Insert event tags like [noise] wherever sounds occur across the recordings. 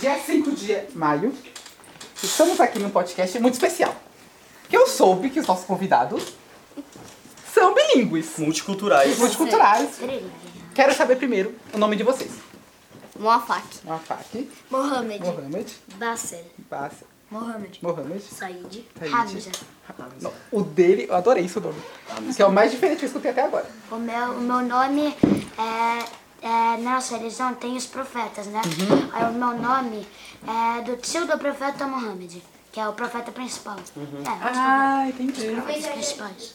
Dia 5 de maio, estamos aqui num podcast muito especial. Que eu soube que os nossos convidados são bilíngues, Multiculturais. multiculturais. Quero saber primeiro o nome de vocês. Moafak. Mafak, Mohamed. Mohamed, Bassel. Bassa, Mohamed. Mohamed. Said. Said. Hamza. Não, o dele, eu adorei esse nome. Que é o mais diferente que eu escutei até agora. O meu, o meu nome é... É, nossa, eles não têm os profetas, né? Uhum. Aí o meu nome é do tio do profeta Mohamed, que é o profeta principal. É, Ah, entendi. um dos principais.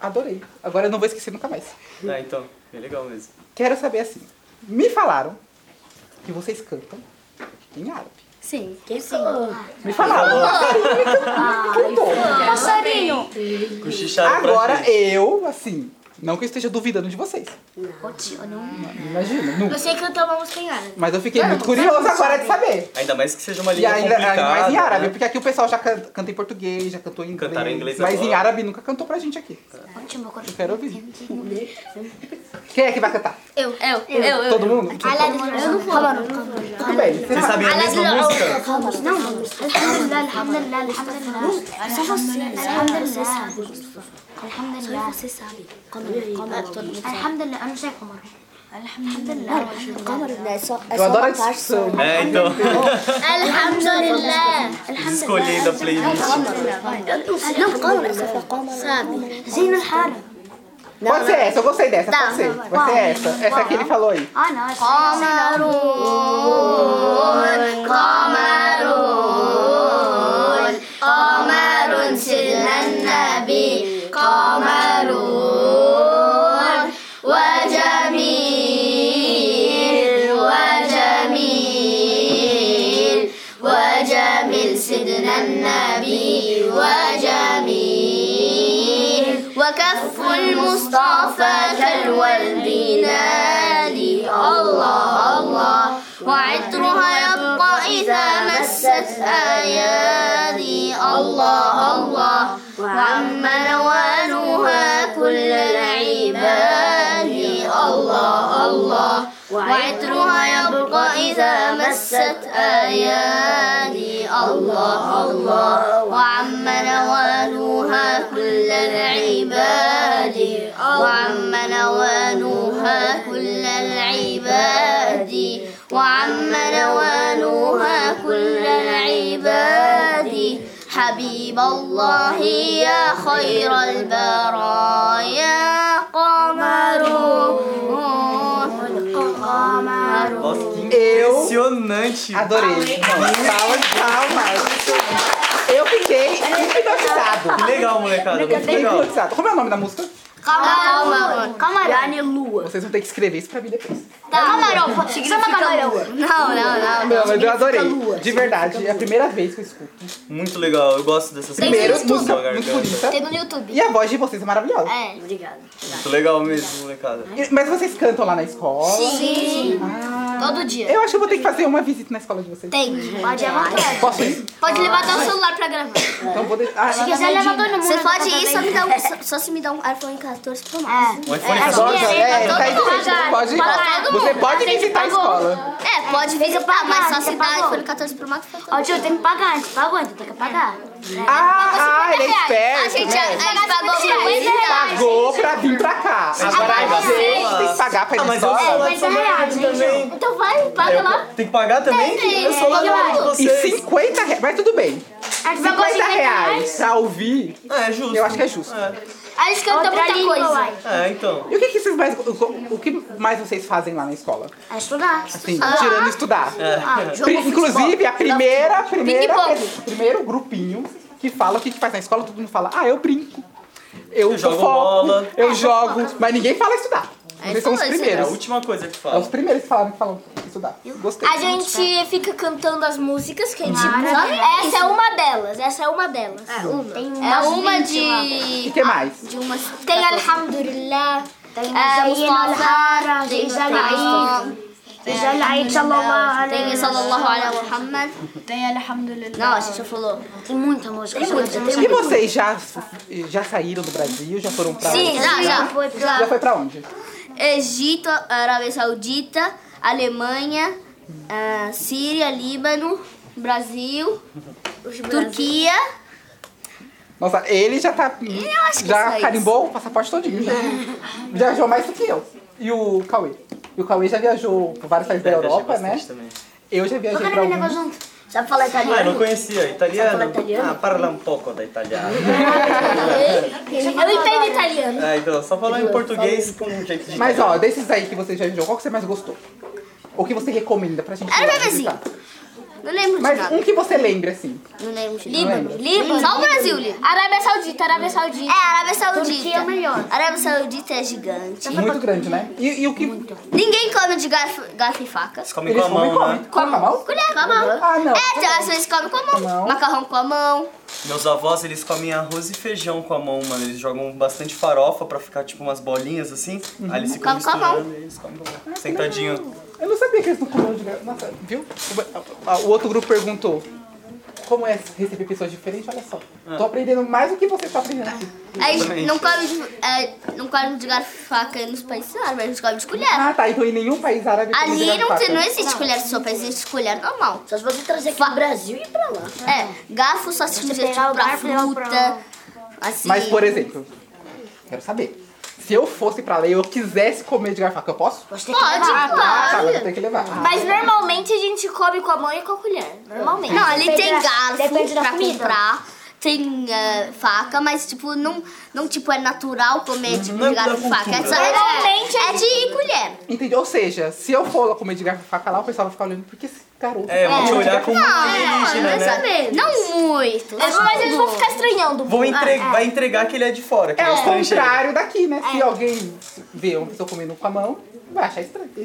Adorei. Agora eu não vou esquecer nunca mais. Ah, então. É legal mesmo. Quero saber assim. Me falaram que vocês cantam em árabe. Sim, quem falou? Ah, Me falaram. Ah, Me contou. passarinho! Cochicharam Uhum. pra Agora gente. eu, assim, não que eu esteja duvidando de vocês. O tio, não... Imagina, nunca. sei cantar uma música em árabe. Mas eu fiquei muito curiosa agora de saber. Ainda mais que seja uma E língua ainda complicada. ainda mais em árabe, né? porque aqui o pessoal já can- canta, em português, já cantou em inglês. Cantaram em inglês é mas em agora. árabe nunca cantou pra gente aqui. Último coro. Eu quero ouvir. Quem é que vai cantar? Eu, eu, eu, eu. Todo mundo? Eu não vou. Tudo bem. Você Vocês sabem a mesma música? الحمد لله الحمد لله نعم. الحمد لله الحمد لله الحمد لله الحمد لله انا شايف قمر الحمد لله قمر الناس- É Eu adoro a السبعة عشر. discussão. É, então. الحمد لله [laughs] Escolhendo a playlist. لا قمر أخف قمر زين الحارة Pode ser essa, eu gostei dessa. Pode ser. Vai ser essa. Essa que ele falou aí. انا قمر قمر قمر سيدنا النبي قمر وجميل وجميل وجميل سيدنا النبي وجميل وكف المصطفى كالورد نادي الله الله وعطرها يبقى إذا مست أيادي الله الله وعم نوالها كل العباد الله الله وعطرها يبقى إذا مست أيادي الله الله وعم نوالها كل العباد وعم نوالها كل العباد وعم نوالها كل العباد حبيب الله يا خير البرايا قمر قمر Nossa, que Eu- impressionante. Adorei. Palmas, palmas. Eu fiquei hipnotizado. Que legal, molecada. Muito Fiquei legal. hipnotizado. Como é o nome da música? قمر قمر Vocês vão ter que escrever isso pra mim depois. قمر شو قمر não não não Não, mas eu adorei. De verdade, é a primeira vez que eu escuto. Muito legal. Eu gosto dessas Primeiro, coisas que música estão na muito garganta. bonita. no YouTube E a voz de vocês é maravilhosa. é Muito legal mesmo, molecada. E- Mas vocês cantam lá na escola? sim todo dia Eu acho que eu vou ter que fazer uma visita na escola de vocês. tem pode levar Posso ir? pode levar teu celular pra gravar se Então vou deixar. Ah, quiser levar todo mundo Você pode ir, só, me dá um, só, só se me dá um iPhone 14 pro máximo. Um iPhone É, Nossa, 14. é, Todo tá mundo excelente. pagar. Pode ir. Pagar todo Você mundo. pode A gente visitar a pagou. escola. É, pode visitar, mas só se dá pagou. iPhone 14 pro máximo. Ó, tio, tem que pagar, a gente pagou, então tem que pagar. Ah, ah, ele é A gente, esperto, a, né? a gente pagou pra Ele pagou pra vir pra cá. Agora a paga gente ela. tem que pagar pra ir Ah, na mas eu escola. sou lá de São Bernardo também. é Então vai, paga lá. Tem que pagar também? Eu sou lá de E vocês. 50 reais. Mas tudo bem. A gente 50 reais pra ouvir. Ah, é justo. Eu acho que é justo. É, A gente canta muita coisa. É, então. E o que, que vocês mais. o- O que mais vocês fazem lá na escola? É estudar. Ah, Assim, tirando estudar. É. Pri- [laughs] Inclusive, a primeira, primeira, primeiro grupinho que fala o que, que faz na escola, todo mundo fala, ah, eu brinco. Eu, Eu jogo fofoco, bola." Eu jogo. Mas ninguém fala estudar. Vocês são os É a primeiros. última coisa que É os fala. primeiros que falaram que falam estudar. Gostei. gente fica cantando as músicas que a gente Essa é uma delas, essa é uma delas. É uma. é uma E de... o que mais? é, Tem Alhamdulillah, tem Mustafa, tem Zalaim, Diz aí, sallallahu Tem alaihi Sallallahu Alaihi Muhammad. Tem Alhamdulillah. Não, a gente já falou. Tem muita música. Tem só que muita, eu não tem sei. E vocês já, já saíram do Brasil? Já foram pra Sim, né? onde? já, já. foi pra- Já foi pra onde? Egito, Arábia Saudita, Alemanha, ah, Síria, Líbano, Brasil, Turquia. Nossa, ele já tá. acho que é só já isso. carimbou o passaporte todinho já. Viajou mais do que eu. E o Cauê. E o Cauê já viajou por vários países da Eu viajei Europa, né? bastante também. Eu já Eu viajei quero pra ver negócio alguns. junto. tá Sabe falar Ah, eu não italiano? conhecia. Italiano? Sabe falar italiano? Ah, parla um pouco da italiana. Eu tá entendo italiano. Ah, então, só falar em português com um jeito de Mas ó, desses aí que você já viajou, qual que você mais gostou? Ou que você recomenda pra gente? Era ir lá meu vizinho. visitar? Não lembro de Mas nada. um que você lembre, assim. tá? Não é lembro de Líbano. nada. Só o Brasil, Líbano. Arábia Saudita, Arábia Saudita. É, Arábia Saudita. Turquia é o melhor. Arábia Saudita é gigante. Muito grande, né? E, e o que. Ninguém come de garfo, garfo e faca. Come com Eles a comem, mão, né? comem. Come com a mão? Colher com a mão. Ah, não. É, às vezes come com a mão. Não. Macarrão com a mão. Meus avós, eles comem arroz e feijão com a mão, mano. Eles jogam bastante farofa pra ficar tipo umas bolinhas assim. Uhum. Aí eles ficam Come com a mão. misturando e eles comem com a Ah, mão. Sentadinho. Eu não sabia que eles não comiam de graça. Nossa, viu? O, a- o outro grupo perguntou como é receber pessoas diferentes. Olha só, tô Ah. aprendendo mais do que você tá aprendendo aqui. A gente Exatamente. não come de, é, não come de garfo e faca nos países árabes, a gente come de colher. Ah, tá. Então em nenhum país árabe come de Ali garfo não, e tem, faca. não existe colher de sopa, existe colher normal. Só se você trazer aqui Fa- pro Brasil e ir pra lá. É, garfo só se usa pegar tipo, o pra garfo e levar pra um- lá. fruta, assim. Mas, por exemplo, quero saber. Se eu fosse pra lá e eu quisesse comer de garfo e faca, eu posso? Você tem que Pode, levar. Ah, tá, mas eu claro. tenho que levar. Ah, Mas normalmente a gente come com a mão e com a colher. Normalmente. Não, ali Depende tem da- depende garfo da pra comida. comprar, tem é, faca, mas tipo, não, não tipo, é natural comer tipo, Não é de garfo e da faca. É, cultura. só- é- Normalmente é de colher. Entendi. Ou seja, se eu for lá comer de garfo e faca lá, o pessoal vai ficar olhando, porque esse garoto. tá É, vão te olhar com muito Não, alienígena, mais ou né? menos. Não muito. É, Mas a gente vai ficar estranhando. Vão entre... Vai entregar que ele Ah, é de fora. Que É ele o estrangeiro. contrário daqui, né? É. Se alguém vê uma pessoa comendo com a mão, vai achar estranho. Todo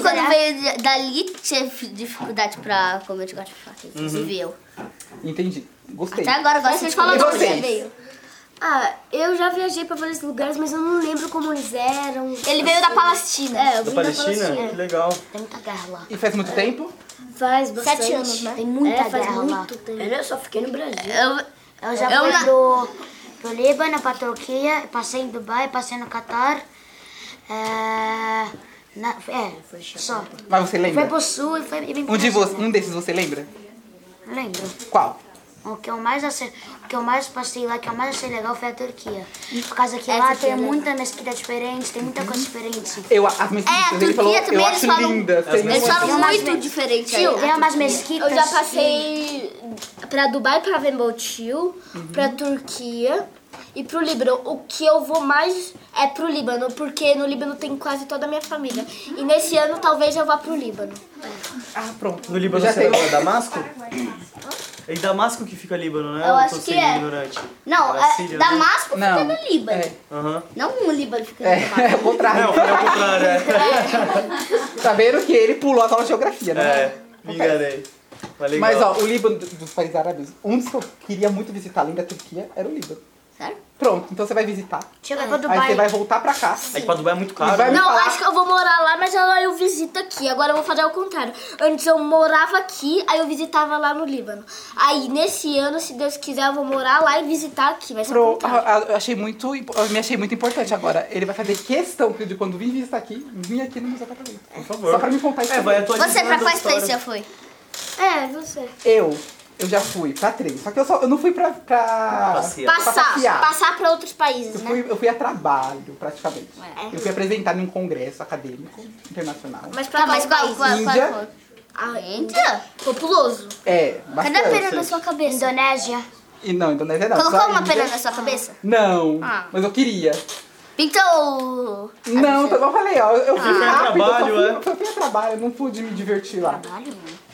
né? quando veio de- dali teve dificuldade pra comer de garfo e faca, Uhum. inclusive eu. Entendi. Gostei. Até agora eu gosto de falar E de vocês? colher. Ah, eu já viajei pra vários lugares, mas eu não lembro como eles eram. Ele veio da Palestina. É, eu Da vim Palestina? Que legal. Tem muita guerra lá. E faz muito tempo? Faz bastante. Sete anos, né? Tem muita É, faz guerra lá. muito tempo. Eu só fiquei no Brasil. Eu, é, É Eu já Eu fui na- do, do Líbano pra Turquia, passei em Dubai, passei no Catar. É, na, é só. Mas você Foi lembra? pro sul e foi e vim pra Um, de vo- China. um desses você lembra? Lembro. Qual? O que, eu mais achei, o que eu mais passei lá, que eu mais achei legal foi a Turquia. Por causa que lá tem muita mesquita diferente, tem muita coisa diferente. Eu, as minhas é, a ele Turquia falou, também eu eles acho falam, linda. sem eles nenhuma- falam Mas- muito diferente aí. Tio, tem umas mesquitas. Eu já passei pra Dubai, pra ver meu tio, Uhum. pra Turquia e pro Líbano. O que eu vou mais é pro Líbano, porque no Líbano tem quase toda a minha família. E nesse ano talvez eu vá pro Líbano. Ah, pronto. No Líbano já será tem. é Damasco? É em Damasco que fica Líbano, né? Eu Ou acho tô que sendo é. ignorante. Não, Era é- Síria, né? Damasco Não. fica no Líbano. É, Aham. Não o Líbano fica no Damasco. é, é o contrário. Não, foi ao contrário, [laughs] é. Tá vendo que ele pulou a aula de geografia, né? É, me enganei. Mas legal. Mas, ó, o Líbano do- dos países árabes, um dos que eu queria muito visitar, além da Turquia, era o Líbano. Sério? Pronto, então você vai visitar. É. Chega pra Aí você Dubai. vai voltar pra cá. É que pra Dubai é muito E caro. vai me Não, falar- acho que eu vou morar lá, mas agora eu visito aqui. Agora eu vou fazer ao contrário. Antes eu morava aqui, aí eu visitava lá no Líbano. Aí nesse ano, se Deus quiser, eu vou morar lá e visitar aqui. Vai ser ao Pro, contrário. a- a- eu achei muito, impo- eu me achei muito importante agora. Ele vai fazer questão de quando vir visitar aqui, vir aqui no Museu Catavento. Por favor. Só pra me contar isso. É, vai atualizando Você pra a quais história. países já foi? É, você. Eu, eu já fui pra três. Só que eu, só, eu não fui pra. pra Passear. pra Passar, passear. passar pra outros Eu países, né? fui, eu fui a trabalho, praticamente. Eu fui apresentar num congresso acadêmico internacional. Mas pra Tá, qual É. mas qual? país? qual, Índia. qual, qual? Índia? Populoso. É, Cadê a pena bastante. na sua cabeça? Indonésia. E não, Indonésia não. só Colocou uma Índia. pena na sua cabeça? Não, Ah. mas eu queria. Pintou... Não, então eu falei, ó, eu Ah. fui foi a rápido, trabalho, eu só é? fui, eu fui a trabalho, eu não pude me divertir lá.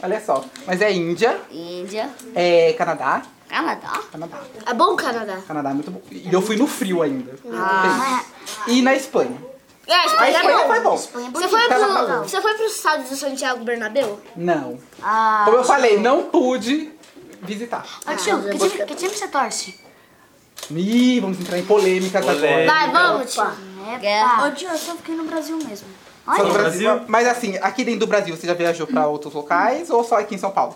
Olha só, mas é Índia, Índia. é Canadá, Canadá. Canadá. É bom o Canadá? Canadá é muito bom. E eu fui no frio ainda. Ah. Pensa. E na Espanha. É, a A Espanha é Espanha bom. foi bom. Você foi, Tava pro, bom. você foi pro estádio do Santiago Bernabéu? Não. Ah, Como eu falei, não pude visitar. Ô, tio, que time, que time você torce? Ih, vamos entrar em polêmicas Polêmica. agora. Vai, vamos, tio. É, Guerra. pá. Ô, tio, eu só fiquei no Brasil mesmo. Só no Mas- Brasil? Mas assim, aqui dentro do Brasil, você já viajou pra outros locais ou só aqui em São Paulo?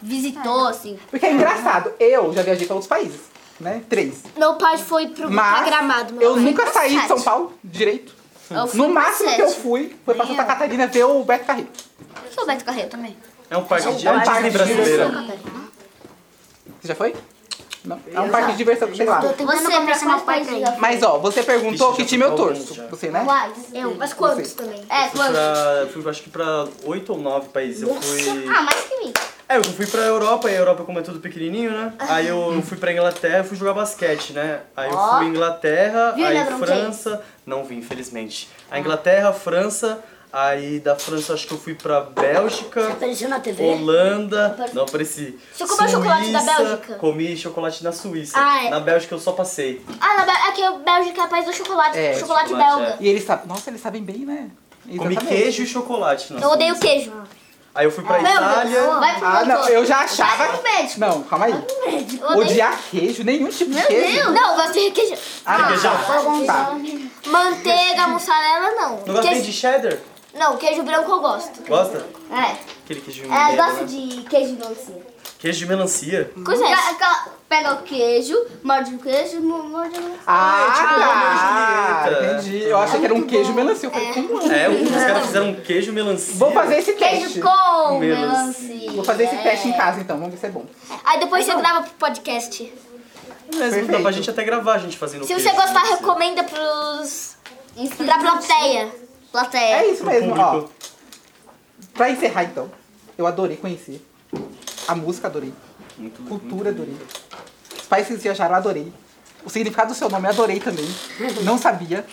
Visitou, assim. Porque é engraçado, eu já viajei pra outros países, né? Três. Meu pai foi pro pra Mas Gramado, meu eu pai. Tá nunca saí de São sete. Paulo direito. Tá Eu fui No pra máximo que eu sete. fui foi pra Nem Santa eu. Catarina ver o Beto Carreiro. Eu sou o Beto Carreiro também. É um parque de É um é a parque Disney de brasileira. Você já foi? Não. É um parque de diversão, sei lá. Tô tentando Você, conversar meus meu pai pais pra ir. já- Mas ó, você perguntou Vixe, que já time eu fui pra torço. alguns já. Você, né? Quais? Eu. Mas quantos Você. também? É, Fui quantos? pra, eu fui acho que pra oito ou nove países. Eu fui. Ah, mais que mim. É, eu fui pra Europa, e a Europa como é tudo pequenininho, né? Aí eu fui pra Inglaterra e fui jogar basquete, né? Aí eu fui Inglaterra, Viu, aí LeBron França... Não vi, infelizmente. A Inglaterra, França, aí da França acho que eu fui pra Bélgica, Apareceu na TV. Holanda... Não, apareci. Você comeu chocolate da Suíça, Bélgica? Comi chocolate na Suíça. Ah, é. Na Bélgica eu só passei. Ah, na Bélgica, aqui é o Bélgica é país do chocolate, É, chocolate, chocolate, belga. E eles sabem. Nossa, eles sabem bem, né? Comi Exatamente. queijo e chocolate. na Eu odeio Suíça. queijo. Ah. Aí eu fui pra Meu Deus, é. Itália... Vai pro Ah, não, doutor. eu já achava. Vai pro médico. Não, calma aí. Eu odeio- Odiar queijo, nenhum tipo de Meu queijo. Deus! Não, eu gosto de queijo. Ah, Ah, tá. Manteiga, mussarela, não. Não gosta nem Queijo, de cheddar? não, queijo branco eu gosto. Gosta? É. Aquele queijo de É, melancia. eu gosto de queijo de melancia. Queijo de melancia? Coisa é Pega o queijo, morde o queijo, mo- morde o melancia. Ah, tipo, tá. Julieta. Entendi. Eu achei que era um queijo melancia. Eu falei, como é? É, os caras fizeram um queijo melancia. Vou fazer esse teste. Queijo com Melancia. melancia. Vou fazer esse teste em casa, então. Vamos ver se é bom. Aí depois você grava pro podcast. mesmo. Dá pra gente até gravar a gente fazendo Se queijo você de gostar, melancia. recomenda pros... Inscritos. pra plateia. Plateia. É isso Pro mesmo, ó. público. Pra encerrar, então. Eu adorei conhecer. A música, adorei. Muito, Cultura, adorei. Os países que vocês viajaram, adorei. O significado do seu nome, adorei também. Não sabia.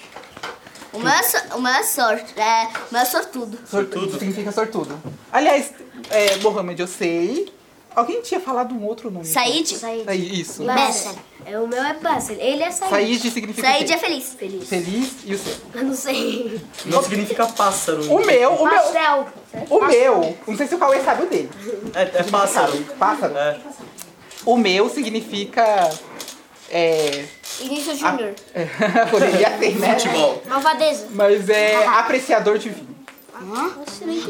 O meu, é so- o meu é sorte. É, o meu é sortudo. Sortudo. Significa sortudo. Aliás, é, Mohamed, eu sei. Alguém tinha falado um outro nome. Said? Said. É isso. Bessa. É, o meu é Bassel. Ele é Said. Said significa Said o é quê? feliz. Feliz. feliz e o seu. Eu não sei. Não significa pássaro. O meu, o meu, Pastel. o meu. Não sei se o Cauê sabe o dele. É, é pássaro. Pássaro. É. O meu significa. É. [laughs] Início Júnior. Poderia ser, né? Futebol. Malvadeza. Mas é apreciador de vinho.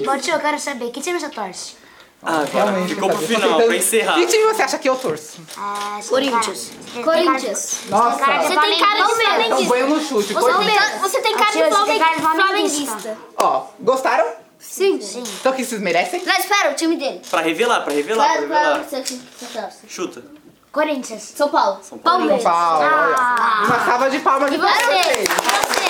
Pode eu quero saber. Que time você torce? Ah, Realmente. Ficou sabe? pro Eu tô final, tentando- [laughs] pra encerrar. Que time você acha que eu torço? Ah, você tem cara- Corinthians. você tem cara de- Corinthians. Nossa. Você tem cara de flamenguista. Então banho no chute. Você tem, Corinthians. cara- você tem cara Tia, de você tem cara de flamengu- flamenguista. flamenguista. Ó, gostaram? Sim. Então o que vocês merecem? Não, espera, o time dele. Pra revelar, pra revelar, pra Qual qual é o revelar. seu time que você torce? Chuta. Corinthians. São Paulo. São Paulo. São Palmeiras. Ah. Paulo, olha. Uma salva de palmas de E você? vocês. Você? Ah, é